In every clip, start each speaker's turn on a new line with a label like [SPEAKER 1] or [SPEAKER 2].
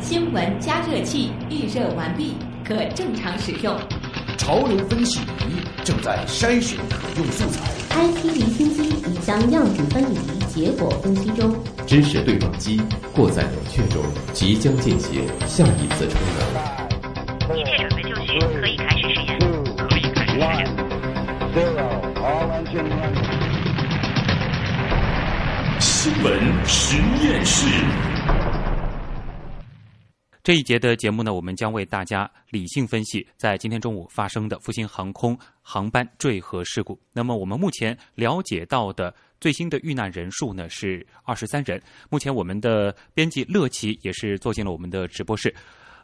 [SPEAKER 1] 新闻加热器预热完毕，可正常使用。
[SPEAKER 2] 潮流分析仪正在筛选可用素材，
[SPEAKER 3] IT 离心机已将样品分离，结果分析中。
[SPEAKER 4] 知识对撞机过在冷却中，即将进行下一次充能。
[SPEAKER 5] 一切准备就绪，可以开始实验。
[SPEAKER 6] 嗯可以开始实验。
[SPEAKER 2] 新闻实验室。
[SPEAKER 7] 这一节的节目呢，我们将为大家理性分析在今天中午发生的复兴航空航班坠河事故。那么，我们目前了解到的最新的遇难人数呢是二十三人。目前，我们的编辑乐奇也是坐进了我们的直播室。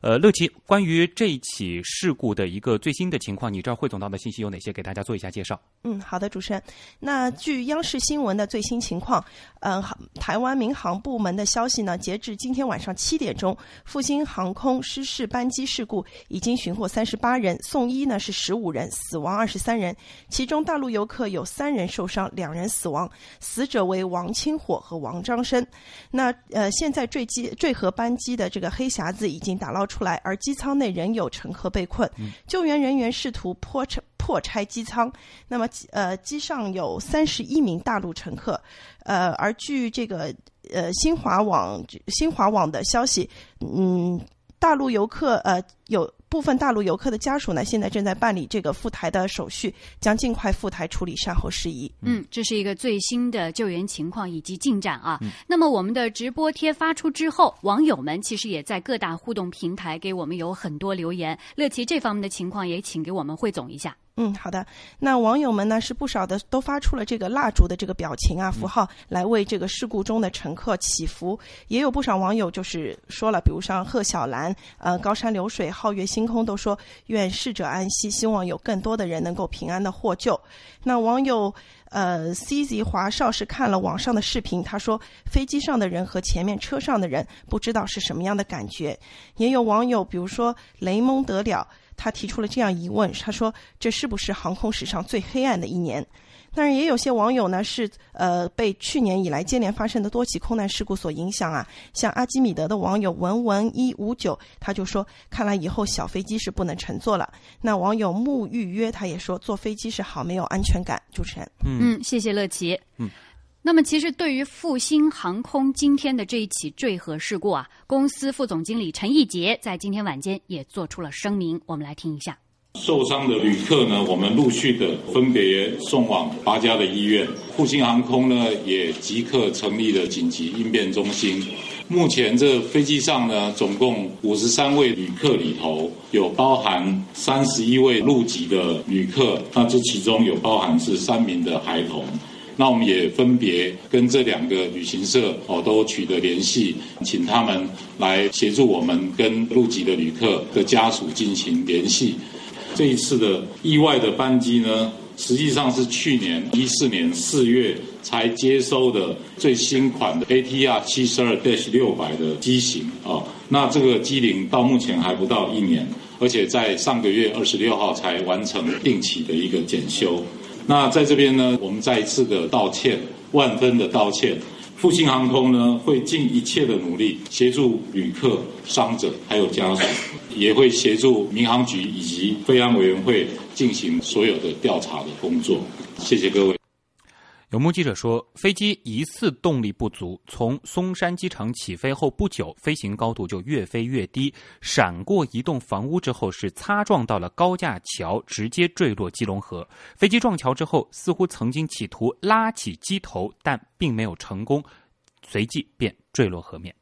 [SPEAKER 7] 呃，乐奇，关于这一起事故的一个最新的情况，你这儿汇总到的信息有哪些？给大家做一下介绍。
[SPEAKER 8] 嗯，好的，主持人。那据央视新闻的最新情况，嗯、航台湾民航部门的消息呢，截至今天晚上七点钟，复兴航空失事班机事故已经寻获三十八人，送医呢是十五人，死亡二十三人，其中大陆游客有三人受伤，两人死亡，死者为王清火和王张生。那呃，现在坠机坠河班机的这个黑匣子已经打捞出来，而机舱内仍有乘客被困，救援人员试图破拆破拆机舱，那么机呃机上有三十一名大陆乘客，呃，而据这个呃新华网新华网的消息，嗯，大陆游客呃有。部分大陆游客的家属呢，现在正在办理这个赴台的手续，将尽快赴台处理善后事宜。
[SPEAKER 9] 嗯，这是一个最新的救援情况以及进展啊。那么我们的直播贴发出之后，网友们其实也在各大互动平台给我们有很多留言。乐奇这方面的情况也请给我们汇总一下。
[SPEAKER 8] 嗯，好的。那网友们呢是不少的都发出了这个蜡烛的这个表情啊符号，来为这个事故中的乘客祈福。也有不少网友就是说了，比如像贺小兰、呃高山流水、皓月星空都说愿逝者安息，希望有更多的人能够平安的获救。那网友呃 C Z 华少是看了网上的视频，他说飞机上的人和前面车上的人不知道是什么样的感觉。也有网友比如说雷蒙德了。他提出了这样疑问，他说：“这是不是航空史上最黑暗的一年？”但是也有些网友呢是呃被去年以来接连发生的多起空难事故所影响啊，像阿基米德的网友文文一五九他就说，看来以后小飞机是不能乘坐了。那网友沐浴约他也说，坐飞机是好没有安全感。主持人，
[SPEAKER 9] 嗯，谢谢乐奇。
[SPEAKER 7] 嗯。
[SPEAKER 9] 那么，其实对于复兴航空今天的这一起坠河事故啊，公司副总经理陈义杰在今天晚间也做出了声明，我们来听一下。
[SPEAKER 10] 受伤的旅客呢，我们陆续的分别送往八家的医院。复兴航空呢，也即刻成立了紧急应变中心。目前这飞机上呢，总共五十三位旅客里头，有包含三十一位陆籍的旅客，那这其中有包含是三名的孩童。那我们也分别跟这两个旅行社哦都取得联系，请他们来协助我们跟入籍的旅客的家属进行联系。这一次的意外的班机呢，实际上是去年一四年四月才接收的最新款的 ATR 七十二 dash 六百的机型啊、哦。那这个机龄到目前还不到一年，而且在上个月二十六号才完成定期的一个检修。那在这边呢，我们再一次的道歉，万分的道歉。复兴航空呢会尽一切的努力协助旅客、伤者还有家属，也会协助民航局以及飞安委员会进行所有的调查的工作。谢谢各位。
[SPEAKER 7] 有目击者说，飞机疑似动力不足，从松山机场起飞后不久，飞行高度就越飞越低，闪过一栋房屋之后是擦撞到了高架桥，直接坠落基隆河。飞机撞桥之后，似乎曾经企图拉起机头，但并没有成功，随即便坠落河面。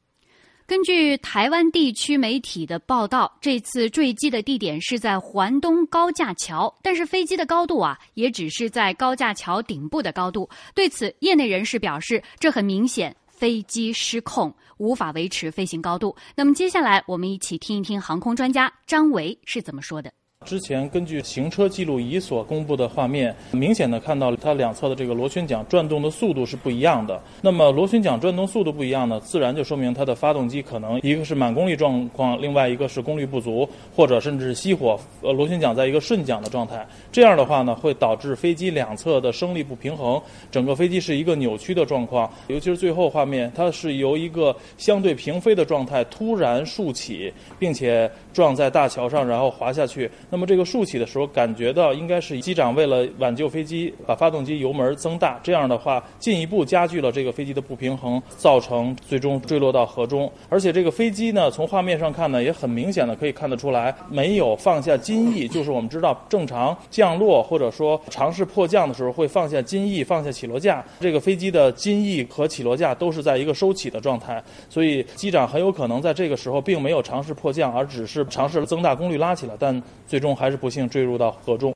[SPEAKER 9] 根据台湾地区媒体的报道，这次坠机的地点是在环东高架桥，但是飞机的高度啊，也只是在高架桥顶部的高度。对此，业内人士表示，这很明显飞机失控，无法维持飞行高度。那么，接下来我们一起听一听航空专家张维是怎么说的。
[SPEAKER 6] 之前根据行车记录仪所公布的画面，明显的看到它两侧的这个螺旋桨转动的速度是不一样的。那么螺旋桨转动速度不一样呢，自然就说明它的发动机可能一个是满功率状况，另外一个是功率不足，或者甚至是熄火。呃，螺旋桨在一个顺桨的状态，这样的话呢，会导致飞机两侧的升力不平衡，整个飞机是一个扭曲的状况。尤其是最后画面，它是由一个相对平飞的状态突然竖起，并且撞在大桥上，然后滑下去。那么这个竖起的时候，感觉到应该是机长为了挽救飞机，把发动机油门增大，这样的话进一步加剧了这个飞机的不平衡，造成最终坠落到河中。而且这个飞机呢，从画面上看呢，也很明显的可以看得出来，没有放下襟翼，就是我们知道正常降落或者说尝试迫降的时候会放下襟翼、放下起落架，这个飞机的襟翼和起落架都是在一个收起的状态，所以机长很有可能在这个时候并没有尝试迫降，而只是尝试增大功率拉起来，但最终还是不幸坠入到河中。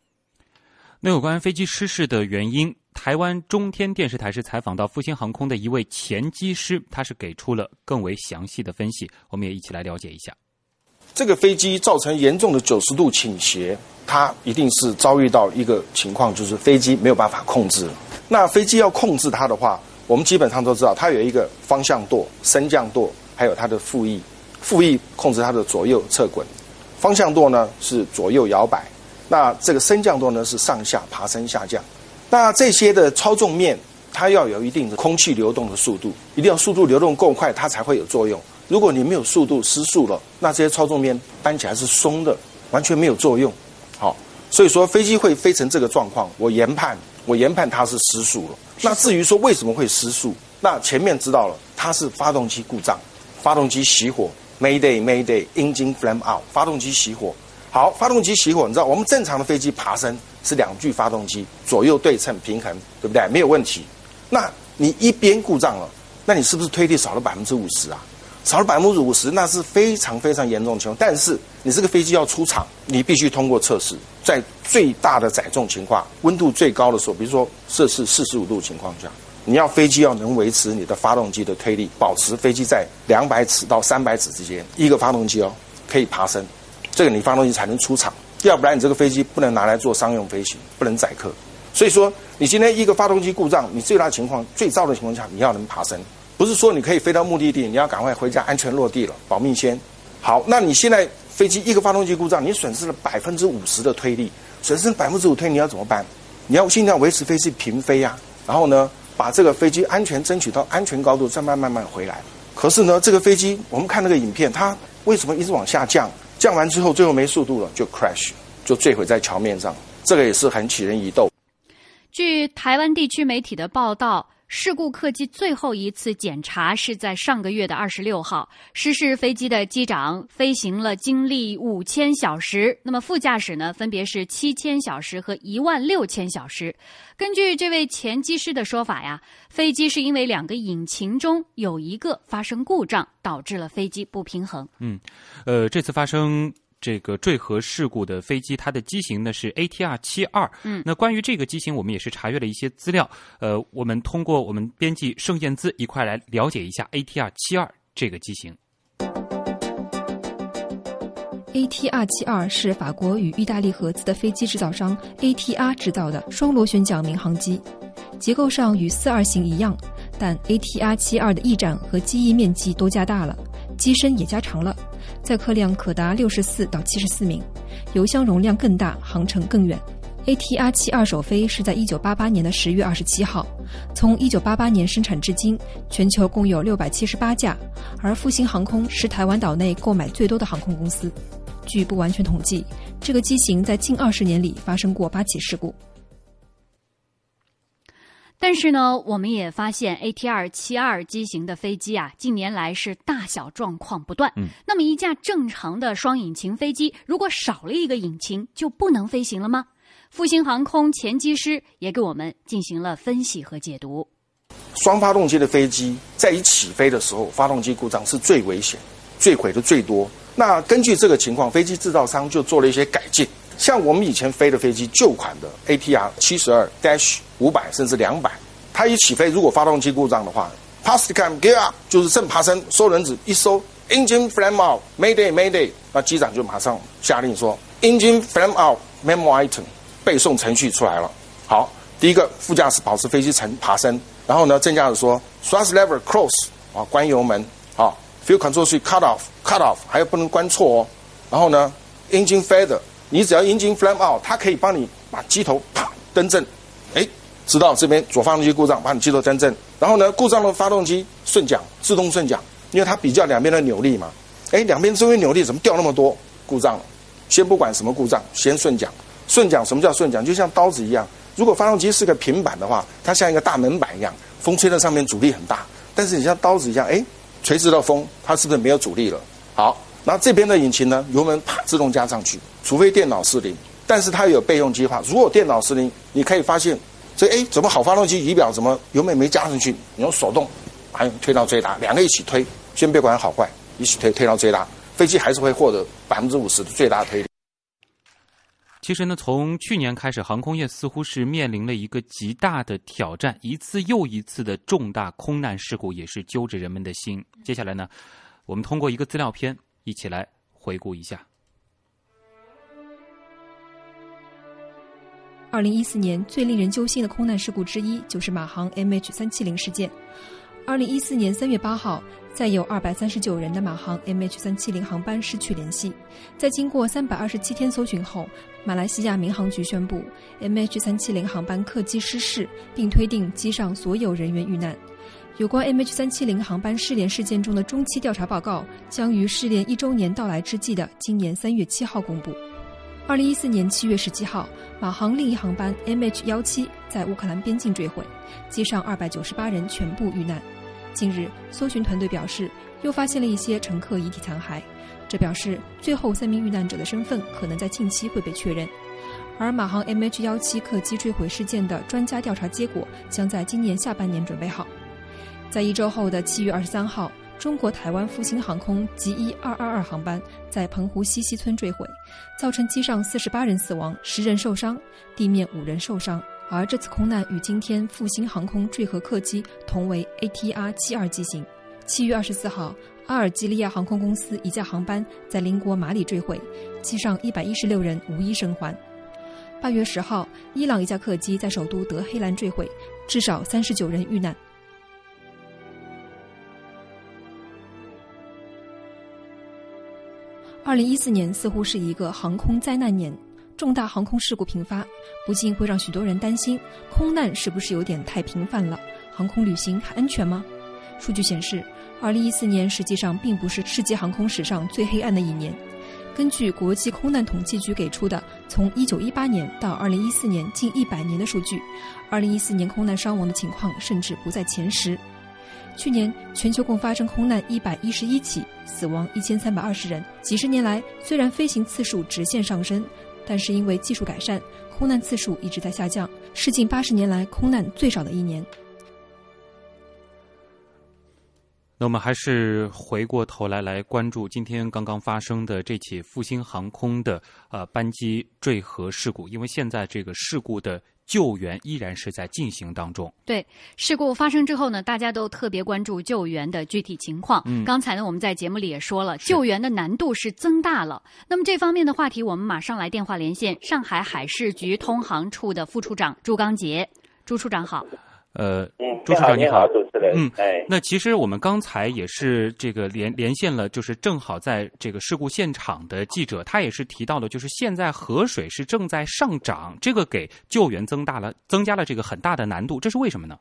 [SPEAKER 7] 那有关飞机失事的原因，台湾中天电视台是采访到复兴航空的一位前机师，他是给出了更为详细的分析，我们也一起来了解一下。
[SPEAKER 11] 这个飞机造成严重的九十度倾斜，它一定是遭遇到一个情况，就是飞机没有办法控制。那飞机要控制它的话，我们基本上都知道，它有一个方向舵、升降舵，还有它的副翼。副翼控制它的左右侧滚，方向舵呢是左右摇摆，那这个升降舵呢是上下爬升下降。那这些的操纵面，它要有一定的空气流动的速度，一定要速度流动够快，它才会有作用。如果你没有速度失速了，那这些操纵面搬起来是松的，完全没有作用。好，所以说飞机会飞成这个状况，我研判，我研判它是失速了。那至于说为什么会失速，那前面知道了，它是发动机故障，发动机熄火，Mayday Mayday，engine engine flame out，发动机熄火。好，发动机熄火，你知道我们正常的飞机爬升是两具发动机左右对称平衡，对不对？没有问题。那你一边故障了，那你是不是推力少了百分之五十啊？少了百分之五十，那是非常非常严重的情况。但是你这个飞机要出厂，你必须通过测试，在最大的载重情况、温度最高的时候，比如说摄氏四十五度情况下，你要飞机要能维持你的发动机的推力，保持飞机在两百尺到三百尺之间，一个发动机哦可以爬升，这个你发动机才能出厂，要不然你这个飞机不能拿来做商用飞行，不能载客。所以说，你今天一个发动机故障，你最大情况、最糟的情况下，你要能爬升。不是说你可以飞到目的地，你要赶快回家安全落地了，保命先。好，那你现在飞机一个发动机故障，你损失了百分之五十的推力，损失百分之五推，你要怎么办？你要尽量维持飞机平飞呀、啊，然后呢，把这个飞机安全争取到安全高度，再慢慢慢回来。可是呢，这个飞机我们看那个影片，它为什么一直往下降？降完之后最后没速度了，就 crash，就坠毁在桥面上，这个也是很起人疑窦。
[SPEAKER 9] 据台湾地区媒体的报道。事故客机最后一次检查是在上个月的二十六号。失事飞机的机长飞行了经历五千小时，那么副驾驶呢，分别是七千小时和一万六千小时。根据这位前机师的说法呀，飞机是因为两个引擎中有一个发生故障，导致了飞机不平衡。
[SPEAKER 7] 嗯，呃，这次发生。这个坠河事故的飞机，它的机型呢是 ATR 七二。嗯，那关于这个机型，我们也是查阅了一些资料。呃，我们通过我们编辑盛燕姿一块来了解一下 ATR 七二这个机型。
[SPEAKER 12] ATR 七二是法国与意大利合资的飞机制造商 ATR 制造的双螺旋桨民航机，结构上与四二型一样，但 ATR 七二的翼展和机翼面积都加大了。机身也加长了，载客量可达六十四到七十四名，油箱容量更大，航程更远。ATR 七二首飞是在一九八八年的十月二十七号，从一九八八年生产至今，全球共有六百七十八架，而复兴航空是台湾岛内购买最多的航空公司。据不完全统计，这个机型在近二十年里发生过八起事故。
[SPEAKER 9] 但是呢，我们也发现 ATR 七二机型的飞机啊，近年来是大小状况不断。嗯，那么一架正常的双引擎飞机，如果少了一个引擎，就不能飞行了吗？复兴航空前机师也给我们进行了分析和解读。
[SPEAKER 11] 双发动机的飞机在一起飞的时候，发动机故障是最危险、坠毁的最多。那根据这个情况，飞机制造商就做了一些改进。像我们以前飞的飞机，旧款的 ATR 七十二 dash 五百甚至两百，它一起飞，如果发动机故障的话 p a s t c a m gear up 就是正爬升，收轮子一收，engine flame out，mayday mayday，那机长就马上下令说 engine flame out memo item 背诵程序出来了。好，第一个副驾驶保持飞机层爬升，然后呢，正驾驶说 thrust lever close 啊，关油门啊，fuel control switch cut off cut off，还有不能关错哦。然后呢，engine feather，你只要 engine flame out，它可以帮你把机头啪蹬正，哎，知道这边左发动机故障，把你机头蹬正。然后呢，故障的发动机顺桨自动顺桨，因为它比较两边的扭力嘛。哎，两边中间扭力怎么掉那么多？故障了。先不管什么故障，先顺桨。顺桨什么叫顺桨？就像刀子一样，如果发动机是个平板的话，它像一个大门板一样，风吹到上面阻力很大。但是你像刀子一样，哎，垂直的风，它是不是没有阻力了？好，然后这边的引擎呢，油门啪自动加上去，除非电脑失灵，但是它有备用计划。如果电脑失灵，你可以发现，这哎怎么好发动机仪表怎么油门没加上去？你用手动，还有推到最大，两个一起推，先别管好坏。一起推推到最大，飞机还是会获得百分之五十的最大推力。
[SPEAKER 7] 其实呢，从去年开始，航空业似乎是面临了一个极大的挑战，一次又一次的重大空难事故也是揪着人们的心。接下来呢，我们通过一个资料片，一起来回顾一下。
[SPEAKER 12] 二零一四年最令人揪心的空难事故之一，就是马航 MH 三七零事件。二零一四年三月八号，载有二百三十九人的马航 MH 三七零航班失去联系。在经过三百二十七天搜寻后，马来西亚民航局宣布 MH 三七零航班客机失事，并推定机上所有人员遇难。有关 MH 三七零航班失联事件中的中期调查报告，将于失联一周年到来之际的今年三月七号公布。二零一四年七月十七号，马航另一航班 MH 幺七在乌克兰边境坠毁，机上二百九十八人全部遇难。近日，搜寻团队表示，又发现了一些乘客遗体残骸，这表示最后三名遇难者的身份可能在近期会被确认。而马航 MH 幺七客机坠毁事件的专家调查结果将在今年下半年准备好。在一周后的七月二十三号，中国台湾复兴航空 G 一二二二航班在澎湖西溪村坠毁，造成机上四十八人死亡，十人受伤，地面五人受伤。而这次空难与今天复兴航空坠河客机同为 ATR 七二机型。七月二十四号，阿尔及利亚航空公司一架航班在邻国马里坠毁，机上一百一十六人无一生还。八月十号，伊朗一架客机在首都德黑兰坠毁，至少三十九人遇难。二零一四年似乎是一个航空灾难年。重大航空事故频发，不禁会让许多人担心：空难是不是有点太频繁了？航空旅行还安全吗？数据显示，二零一四年实际上并不是世界航空史上最黑暗的一年。根据国际空难统计局给出的从一九一八年到二零一四年近一百年的数据，二零一四年空难伤亡的情况甚至不在前十。去年，全球共发生空难一百一十一起，死亡一千三百二十人。几十年来，虽然飞行次数直线上升，但是因为技术改善，空难次数一直在下降，是近八十年来空难最少的一年。
[SPEAKER 7] 那我们还是回过头来来关注今天刚刚发生的这起复兴航空的呃班机坠河事故，因为现在这个事故的。救援依然是在进行当中。
[SPEAKER 9] 对事故发生之后呢，大家都特别关注救援的具体情况。嗯，刚才呢我们在节目里也说了，救援的难度是增大了。那么这方面的话题，我们马上来电话连线上海海事局通航处的副处长朱刚杰。朱处长好。
[SPEAKER 7] 呃，朱处长你好，
[SPEAKER 13] 主持人。
[SPEAKER 7] 嗯，
[SPEAKER 13] 哎，
[SPEAKER 7] 那其实我们刚才也是这个连连线了，就是正好在这个事故现场的记者，他也是提到了，就是现在河水是正在上涨，这个给救援增大了增加了这个很大的难度，这是为什么呢？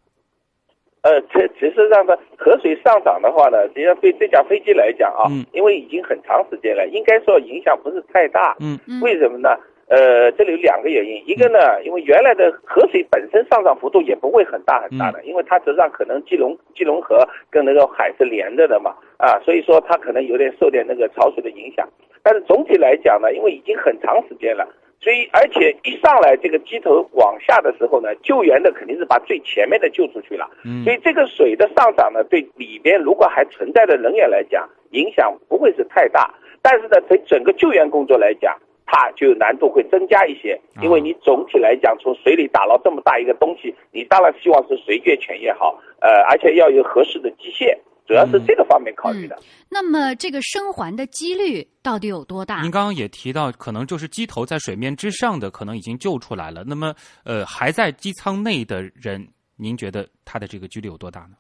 [SPEAKER 13] 呃，这其实让它河水上涨的话呢，实际上对这架飞机来讲啊，
[SPEAKER 7] 嗯、
[SPEAKER 13] 因为已经很长时间了，应该说影响不是太大。
[SPEAKER 7] 嗯嗯，
[SPEAKER 13] 为什么呢？呃，这里有两个原因，一个呢，因为原来的河水本身上涨幅度也不会很大很大
[SPEAKER 2] 嗯
[SPEAKER 13] 的，因为它实际上可能基隆基隆河跟那个海是连着的嘛，啊，所以说它可能有点受点那个潮水的影响，但是总体来讲呢，因为已经很长时间了，所以而且一上来这个机头往下的时候呢，救援的肯定是把最前面的救出去了，所以这个水的上涨呢，对里边如果还存在的人员来讲，影响不会是太大，但是呢，对整个救援工作来讲。它就难度会增加一些，因为你总体来讲，从水里打捞这么大一个东西，你当然希望是谁越全越好，呃，而且要有合适的机械。主要是这个方面考虑的。
[SPEAKER 9] 那么这个生还的几率到底有多大？
[SPEAKER 7] 您刚刚也提到，可能就是机头在水面之上的，可能已经救出来了。那么，呃，还在机舱内的人，您觉得他的这个几率有多大呢？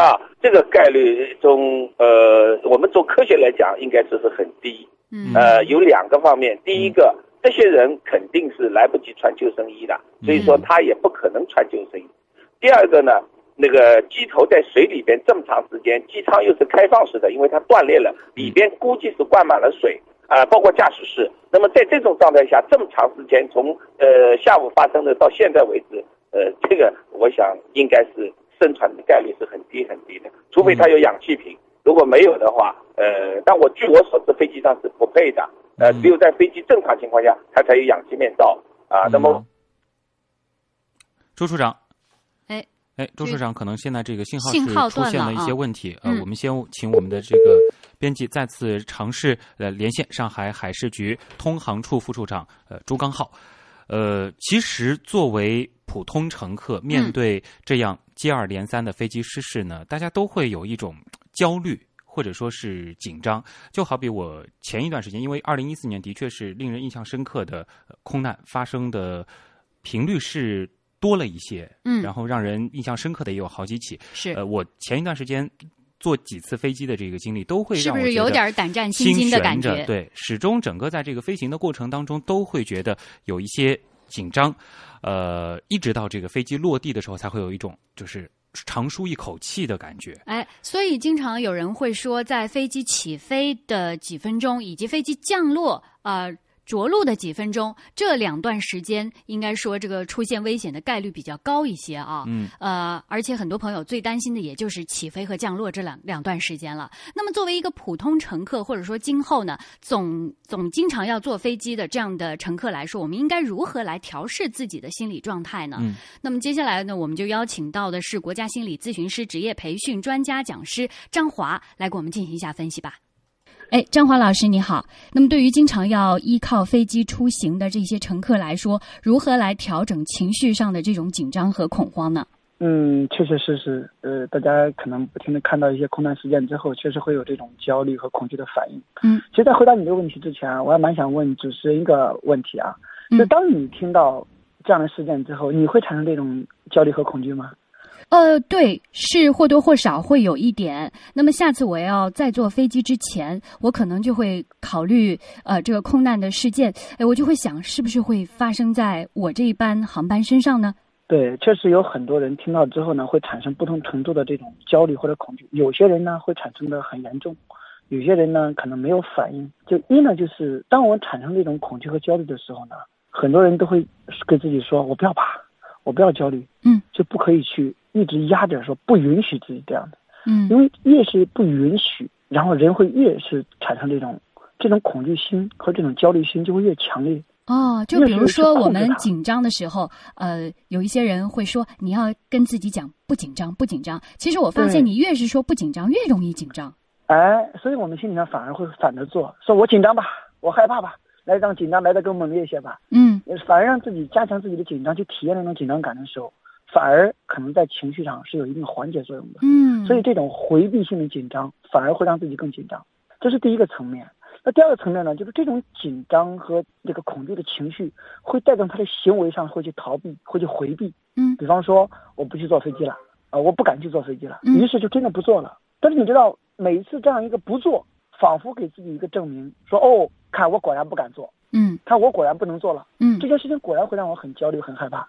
[SPEAKER 13] 啊，这个概率中，呃，我们从科学来讲，应该说是很低。
[SPEAKER 9] 嗯，
[SPEAKER 13] 呃，有两个方面，第一个，这些人肯定是来不及穿救生衣的，所以说他也不可能穿救生衣。第二个呢，那个机头在水里边这么长时间，机舱又是开放式的，因为它断裂了，
[SPEAKER 2] 嗯
[SPEAKER 13] 里边估计是灌满了水啊、包括驾驶室。那么在这种状态下，这么长时间，从呃下午发生的到现在为止，呃，这个我想应该是生存的概率是很低很低的，除非它有氧气瓶。如果没有的话，呃，但我据我所知，飞机上是不配的，呃，
[SPEAKER 2] 嗯
[SPEAKER 13] 只有在飞机正常情况下，它才有氧气面罩啊。那么
[SPEAKER 7] 周处长，
[SPEAKER 9] 哎
[SPEAKER 7] 哎，周处长，可能现在这个信号
[SPEAKER 9] 信号
[SPEAKER 7] 是出
[SPEAKER 9] 断
[SPEAKER 7] 现
[SPEAKER 9] 了
[SPEAKER 7] 一些
[SPEAKER 9] 啊
[SPEAKER 7] 问题，呃，
[SPEAKER 9] 嗯
[SPEAKER 7] 我们先请我们的这个编辑再次尝试呃连线上海海事局通航处副处长呃朱刚浩，呃，其实作为普通乘客，面
[SPEAKER 10] 嗯
[SPEAKER 7] 对这样接二连三的飞机失事呢，大家都会有一种焦虑。或者说是紧张，就好比我前一段时间，因为二零一四年的确是令人印象深刻的呃空难发生的频率是多了一些，
[SPEAKER 10] 嗯
[SPEAKER 7] 然后让人印象深刻的也有好几起。
[SPEAKER 9] 是
[SPEAKER 7] 呃，我前一段时间坐几次飞机的这个经历，都会
[SPEAKER 9] 是
[SPEAKER 7] 让
[SPEAKER 9] 不
[SPEAKER 7] 我
[SPEAKER 9] 是
[SPEAKER 7] 觉
[SPEAKER 9] 有
[SPEAKER 7] 得
[SPEAKER 9] 点胆战心
[SPEAKER 7] 心
[SPEAKER 9] 惊的
[SPEAKER 7] 悬
[SPEAKER 9] 感
[SPEAKER 7] 着
[SPEAKER 9] 觉
[SPEAKER 7] 对，始终整个在这个飞行的过程当中，都会觉得有一些紧张，呃，一直到这个飞机落地的时候，才会有一种就是长舒一口气的感觉。
[SPEAKER 9] 哎，所以经常有人会说，在飞机起飞的几分钟以及飞机降落呃着陆的几分钟，这两段时间应该说这个出现危险的概率比较高一些啊。
[SPEAKER 2] 嗯
[SPEAKER 9] 呃，而且很多朋友最担心的也就是起飞和降落这两两段时间了。那么作为一个普通乘客，或者说今后呢，总总经常要坐飞机的这样的乘客来说，我们应该如何来调试自己的心理状态呢？
[SPEAKER 2] 嗯
[SPEAKER 9] 那么接下来呢，我们就邀请到的是国家心理咨询师职业培训专家讲师张华来给我们进行一下分析吧。
[SPEAKER 2] 哎，张华老师你好。那么，对于经常要依靠飞机出行的这些乘客来说，如何来调整情绪上的这种紧张和恐慌呢？
[SPEAKER 14] 嗯，确确实实，呃，大家可能不停的看到一些空难事件之后，确实会有这种焦虑和恐惧的反应。
[SPEAKER 2] 嗯，
[SPEAKER 14] 其实，在回答你这个问题之前，啊我还蛮想问主持人一个问题啊，就当你听到这样的事件之后，你会产生这种焦虑和恐惧吗？
[SPEAKER 2] 呃，对，是或多或少会有一点。那么下次我要再坐飞机之前，我可能就会考虑呃这个空难的事件，哎，我就会想是不是会发生在我这一班航班身上呢？
[SPEAKER 14] 对，确实有很多人听到之后呢，会产生不同程度的这种焦虑或者恐惧。有些人呢会产生的很严重，有些人呢可能没有反应。就一呢，就是当我产生这种恐惧和焦虑的时候呢，很多人都会跟自己说：“我不要怕，我不要焦虑。”
[SPEAKER 2] 嗯，
[SPEAKER 14] 就不可以去一直压着说不允许自己这样的，
[SPEAKER 2] 嗯
[SPEAKER 14] 因为越是不允许，然后人会越是产生这种这种恐惧心和这种焦虑心就会越强烈。
[SPEAKER 2] 哦，就
[SPEAKER 14] 越
[SPEAKER 2] 比
[SPEAKER 14] 是
[SPEAKER 2] 如
[SPEAKER 14] 去
[SPEAKER 2] 说我
[SPEAKER 14] 控制
[SPEAKER 2] 们
[SPEAKER 14] 它
[SPEAKER 2] 紧张的时候，呃，有一些人会说你要跟自己讲不紧张，不紧张。其实我发现
[SPEAKER 14] 对
[SPEAKER 2] 你越是说不紧张，越容易紧张。
[SPEAKER 14] 哎，所以我们心理上反而会反着做，说我紧张吧，我害怕吧，来让紧张来的更猛烈一些吧，
[SPEAKER 2] 嗯
[SPEAKER 14] 反而让自己加强自己的紧张，去体验那种紧张感的时候，反而可能在情绪上是有一定的缓解作用的。
[SPEAKER 2] 嗯
[SPEAKER 14] 所以这种回避性的紧张反而会让自己更紧张，这是第一个层面。那第二个层面呢，就是这种紧张和这个恐惧的情绪会带动他的行为上会去逃避，会去回避。
[SPEAKER 2] 嗯，
[SPEAKER 14] 比方说我不去坐飞机了，啊、我不敢去坐飞机了，
[SPEAKER 2] 嗯
[SPEAKER 14] 于是就真的不坐了。但是你知道，每一次这样一个不做，仿佛给自己一个证明，说哦，看我果然不敢做，
[SPEAKER 2] 嗯
[SPEAKER 14] 看我果然不能做了，
[SPEAKER 2] 嗯，
[SPEAKER 14] 这件事情果然会让我很焦虑、很害怕，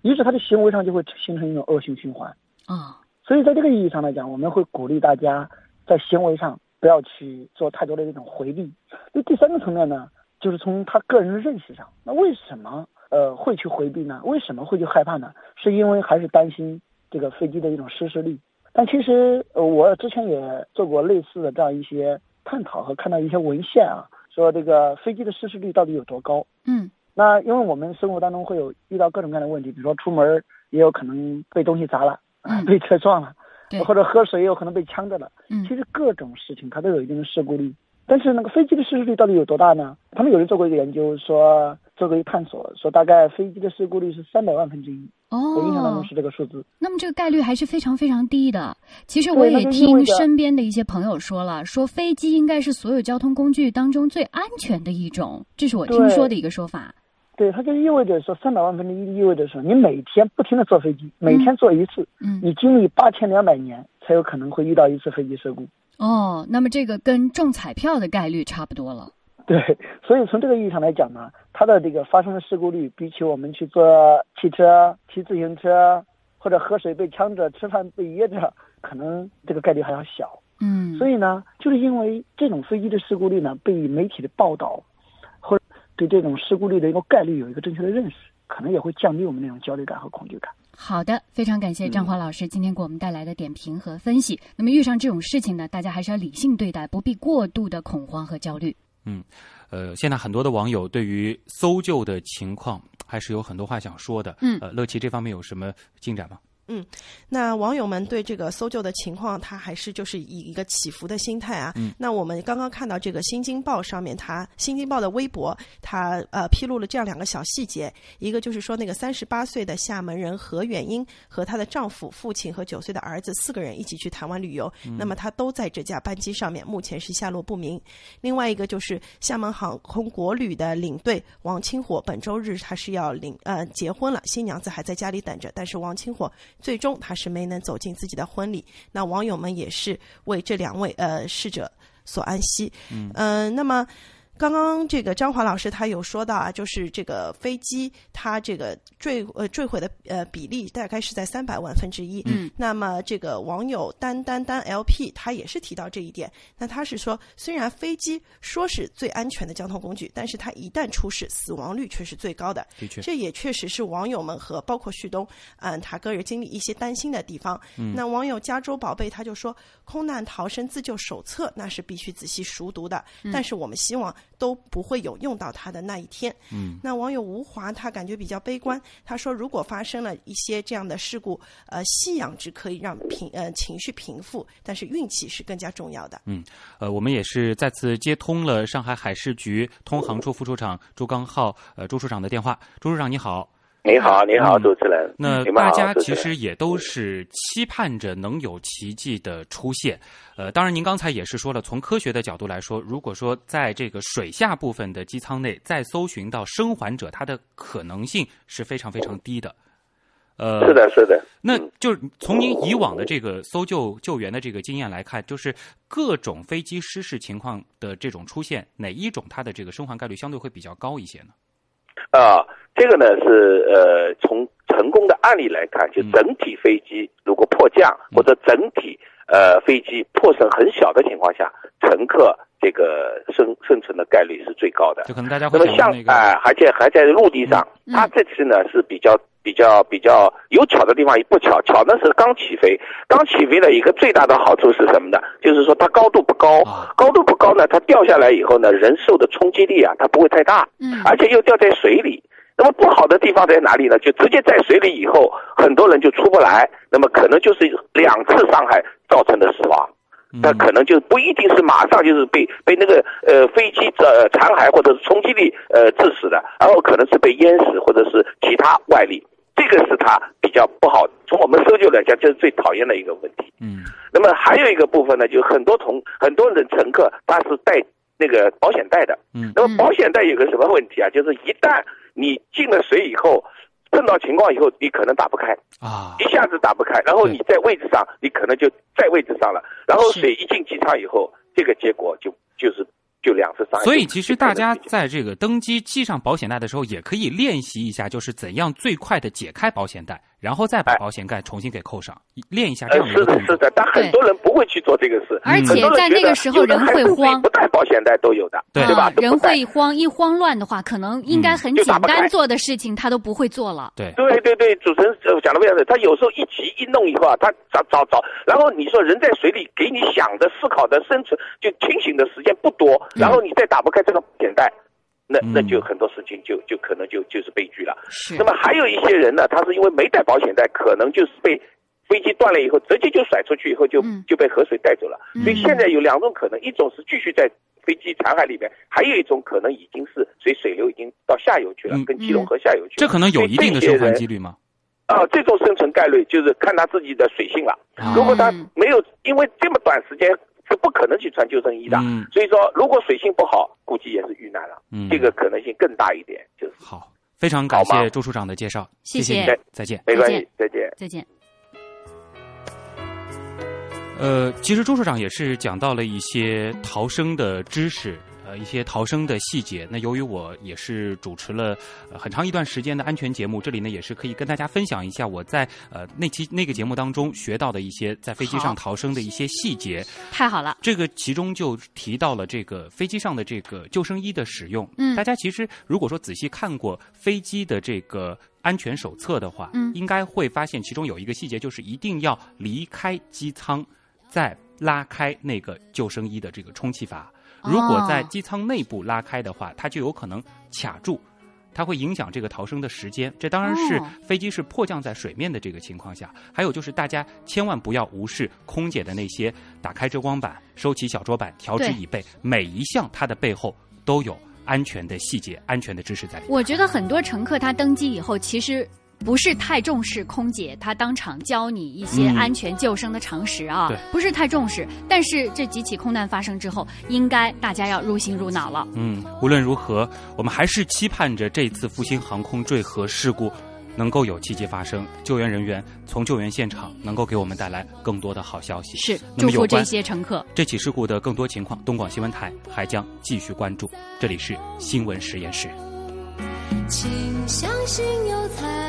[SPEAKER 14] 于是他的行为上就会形成一种恶性循环。
[SPEAKER 2] 啊、
[SPEAKER 14] 所以在这个意义上来讲，我们会鼓励大家在行为上不要去做太多的这种回避。那第三个层面呢，就是从他个人的认识上，那为什么呃会去回避呢？为什么会去害怕呢？是因为还是担心这个飞机的一种失事率？但其实呃我之前也做过类似的这样一些探讨和看到一些文献啊，说这个飞机的失事率到底有多高？
[SPEAKER 2] 嗯
[SPEAKER 14] 那因为我们生活当中会有遇到各种各样的问题，比如说出门儿也有可能被东西砸了，
[SPEAKER 2] 嗯
[SPEAKER 14] 被车撞了
[SPEAKER 2] 对，
[SPEAKER 14] 或者喝水也有可能被呛着了。
[SPEAKER 2] 嗯
[SPEAKER 14] 其实各种事情它都有一定的事故率，但是那个飞机的失事率到底有多大呢？他们有人做过一个研究说，做过一个探索，说大概飞机的事故率是三百万分之一。
[SPEAKER 15] 哦，
[SPEAKER 14] 我印象当中是这个数字。
[SPEAKER 15] 那么这个概率还是非常非常低的。其实我也听身边的一些朋友说了，说飞机应该是所有交通工具当中最安全的一种，这是我听说的一个说法。
[SPEAKER 14] 对，它就意味着说，三百万分之一意味着说，你每天不停的坐飞机，每天坐一次，
[SPEAKER 15] 嗯，
[SPEAKER 14] 你经历八千两百年才有可能会遇到一次飞机事故。
[SPEAKER 15] 哦，那么这个跟中彩票的概率差不多了。
[SPEAKER 14] 对，所以从这个意义上来讲呢，它的这个发生的事故率，比起我们去坐汽车、骑自行车或者喝水被呛着、吃饭被噎着，可能这个概率还要小。
[SPEAKER 15] 嗯，
[SPEAKER 14] 所以呢，就是因为这种飞机的事故率呢，被媒体的报道或者对这种事故率的一个概率有一个正确的认识，可能也会降低我们那种焦虑感和恐惧感。
[SPEAKER 15] 好的，非常感谢
[SPEAKER 9] 嗯
[SPEAKER 15] 张华老师今天给我们带来的点评和分析。那么遇上这种事情呢，大家还是要理性对待，不必过度的恐慌和焦虑。
[SPEAKER 7] 嗯，呃，现在很多的网友对于搜救的情况还是有很多话想说的。
[SPEAKER 15] 嗯
[SPEAKER 7] 呃，乐奇这方面有什么进展吗？
[SPEAKER 8] 嗯，那网友们对这个搜救的情况，他还是就是以一个起伏的心态啊。
[SPEAKER 7] 嗯
[SPEAKER 8] 那我们刚刚看到这个《新京报》上面，它《新京报》的微博，它呃披露了这样两个小细节，一个就是说那个三十八岁的厦门人何远英和她的丈夫、父亲和九岁的儿子四个人一起去台湾旅游，
[SPEAKER 16] 嗯
[SPEAKER 8] 那么他都在这架班机上面，目前是下落不明。另外一个就是厦门航空国旅的领队王清火，本周日他是要领呃结婚了，新娘子还在家里等着，但是王清火最终他是没能走进自己的婚礼。那网友们也是为这两位呃逝者所安息。
[SPEAKER 16] 嗯
[SPEAKER 8] 呃那么。刚刚这个张华老师他有说到啊，就是这个飞机它这个坠呃坠毁的呃比例大概是在三百万分之一。
[SPEAKER 16] 嗯
[SPEAKER 8] 那么这个网友丹丹丹 LP 他也是提到这一点，那他是说，虽然飞机说是最安全的交通工具，但是它一旦出事，死亡率却是最高的。
[SPEAKER 16] 的确
[SPEAKER 8] 这也确实是网友们和包括旭东，嗯，他个人经历一些担心的地方。
[SPEAKER 16] 嗯
[SPEAKER 8] 那网友加州宝贝他就说，《空难逃生自救手册》那是必须仔细熟读的，
[SPEAKER 16] 嗯
[SPEAKER 8] 但是我们希望都不会有用到它的那一天。
[SPEAKER 16] 嗯
[SPEAKER 8] 那网友吴华他感觉比较悲观，他说如果发生了一些这样的事故，呃，信仰只可以让平呃情绪平复，但是运气是更加重要的。
[SPEAKER 7] 嗯，呃，我们也是再次接通了上海海事局通航处副处长朱刚浩，呃，朱处长的电话。朱处长，你好。
[SPEAKER 13] 你好，你好，
[SPEAKER 7] 嗯
[SPEAKER 13] 主持人。
[SPEAKER 7] 那
[SPEAKER 13] 你们
[SPEAKER 7] 大
[SPEAKER 13] 好
[SPEAKER 7] 家
[SPEAKER 13] 主持
[SPEAKER 7] 其
[SPEAKER 13] 人
[SPEAKER 7] 实也都是期盼着能有奇迹的出现。呃，当然，您刚才也是说了，从科学的角度来说，如果说在这个水下部分的机舱内再搜寻到生还者，它的可能性是非常非常低的。呃，
[SPEAKER 13] 是的，是的。嗯
[SPEAKER 7] 那就是从您以往的这个搜救救援的这个经验来看，就是各种飞机失事情况的这种出现，哪一种它的这个生还概率相对会比较高一些呢？
[SPEAKER 13] 啊，这个呢是呃，从成功的案例来看，
[SPEAKER 7] 嗯
[SPEAKER 13] 就整体飞机如果迫降或者整体呃飞机破损很小的情况下，乘客这个生生存的概率是最高的。
[SPEAKER 7] 就可能大家会
[SPEAKER 13] 那么
[SPEAKER 7] 想
[SPEAKER 13] 像
[SPEAKER 7] 到那个，
[SPEAKER 13] 哎、而且还在陆地上，它这次呢是比较比较比较有巧的地方也不巧，巧呢是刚起飞，刚起飞的一个最大的好处是什么呢？就是说它高度不高，高度不高呢，它掉下来以后呢，人受的冲击力啊，它不会太大，
[SPEAKER 16] 嗯
[SPEAKER 13] 而且又掉在水里。那么不好的地方在哪里呢？就直接在水里以后，很多人就出不来，那么可能就是两次伤害造成的死亡。那可能就不一定是马上就是被被那个呃飞机呃残骸或者是冲击力呃致死的，然后可能是被淹死或者是其他外力，这个是它比较不好。从我们搜救来讲，这是最讨厌的一个问题。
[SPEAKER 7] 嗯，
[SPEAKER 13] 那么还有一个部分呢，就很多同很多人乘客他是带那个保险带的，
[SPEAKER 7] 嗯，
[SPEAKER 13] 那么保险带有个什么问题啊？就是一旦你进了水以后，碰到情况以后，你可能打不开
[SPEAKER 7] 啊，
[SPEAKER 13] 一下子打不开，然后你在位置上，你可能就在位置上了，然后水一进机舱以后，这个结果就就是就两次伤害。
[SPEAKER 7] 所以其实大家在这个登机系上保险带的时候，也可以练习一下，就是怎样最快的解开保险带，然后再把保险盖重新给扣上，练一下这
[SPEAKER 13] 哎呃
[SPEAKER 7] 样的一
[SPEAKER 13] 是
[SPEAKER 7] 个动
[SPEAKER 13] 的，
[SPEAKER 7] 作。
[SPEAKER 13] 是的，但很多人不会去做这个事，
[SPEAKER 9] 嗯而且
[SPEAKER 13] 很多
[SPEAKER 9] 在
[SPEAKER 13] 觉
[SPEAKER 9] 那
[SPEAKER 13] 得
[SPEAKER 9] 个时候
[SPEAKER 13] 有的
[SPEAKER 9] 人
[SPEAKER 13] 还
[SPEAKER 9] 会
[SPEAKER 13] 是自己
[SPEAKER 9] 慌
[SPEAKER 13] 不带保险带都有的，对吧
[SPEAKER 9] 啊？人会慌，一慌乱的话，可能应该
[SPEAKER 7] 嗯
[SPEAKER 9] 很
[SPEAKER 13] 就打
[SPEAKER 9] 简
[SPEAKER 13] 不开
[SPEAKER 9] 单做的事情他都不会做了。
[SPEAKER 7] 对
[SPEAKER 13] 对对对，主持人呃讲的非常对，他有时候一急一弄以后啊，他找找找，然后你说人在水里，给你想的、思考的、生存就清醒的时间不多，然后你再打不开这个保险带。那那就很多事情就就可能就就是悲剧了。
[SPEAKER 9] 是
[SPEAKER 13] 那么还有一些人呢，他是因为没带保险带，可能就是被飞机断了以后，直接就甩出去以后就就被河水带走了。所以现在有两种可能，一种是继续在飞机残骸里面，还有一种可能已经是随水流已经到下游去了，跟基隆河下游去了。
[SPEAKER 7] 这可能有一定的
[SPEAKER 13] 所以
[SPEAKER 7] 生
[SPEAKER 13] 这些
[SPEAKER 7] 还
[SPEAKER 13] 人
[SPEAKER 7] 几率吗？
[SPEAKER 13] 啊，这种生存概率就是看他自己的水性了。
[SPEAKER 7] 啊
[SPEAKER 13] 如果他没有，因为这么短时间是不可能去穿救生衣的，
[SPEAKER 7] 嗯
[SPEAKER 13] 所以说如果水性不好，估计也是遇难了。
[SPEAKER 7] 嗯
[SPEAKER 13] 这个可能性更大一点，就是
[SPEAKER 7] 好，非常感谢周处长的介绍，
[SPEAKER 13] 谢
[SPEAKER 7] 谢
[SPEAKER 13] 谢
[SPEAKER 7] 你
[SPEAKER 13] 对，
[SPEAKER 7] 再见，
[SPEAKER 13] 没关系，再见。
[SPEAKER 9] 再见。
[SPEAKER 7] 呃，其实周处长也是讲到了一些逃生的知识。呃，一些逃生的细节。那由于我也是主持了、呃很长一段时间的安全节目，这里呢也是可以跟大家分享一下我在呃那期那个节目当中学到的一些在飞机
[SPEAKER 9] 好
[SPEAKER 7] 上逃生的一些细节。
[SPEAKER 9] 太好了。
[SPEAKER 7] 这个其中就提到了这个飞机上的这个救生衣的使用。
[SPEAKER 9] 嗯
[SPEAKER 7] 大家其实如果说仔细看过飞机的这个安全手册的话，
[SPEAKER 9] 嗯
[SPEAKER 7] 应该会发现其中有一个细节就是一定要离开机舱，再拉开那个救生衣的这个充气阀。
[SPEAKER 9] 哦
[SPEAKER 7] 如果在机舱内部拉开的话，它就有可能卡住。它会影响这个逃生的时间，这当然是
[SPEAKER 9] 哦
[SPEAKER 7] 飞机是迫降在水面的这个情况下。还有就是，大家千万不要无视空姐的那些打开遮光板、收起小桌板、调
[SPEAKER 9] 对
[SPEAKER 7] 制椅背，每一项它的背后都有安全的细节、安全的知识在里面。
[SPEAKER 9] 我觉得很多乘客他登机以后，其实不是太重视空姐，她当场教你一些
[SPEAKER 7] 嗯
[SPEAKER 9] 安全救生的常识啊，
[SPEAKER 7] 对
[SPEAKER 9] 不是太重视。但是这几起空难发生之后，应该大家要入心入脑了。
[SPEAKER 7] 嗯，无论如何，我们还是期盼着这次复兴航空坠河事故能够有奇迹发生，救援人员从救援现场能够给我们带来更多的好消息。
[SPEAKER 9] 是，
[SPEAKER 7] 那
[SPEAKER 9] 祝
[SPEAKER 7] 么有
[SPEAKER 9] 福这
[SPEAKER 7] 关
[SPEAKER 9] 些乘客。
[SPEAKER 7] 这起事故的更多情况，东广新闻台还将继续关注。这里是新闻实验室。
[SPEAKER 16] 请相信有彩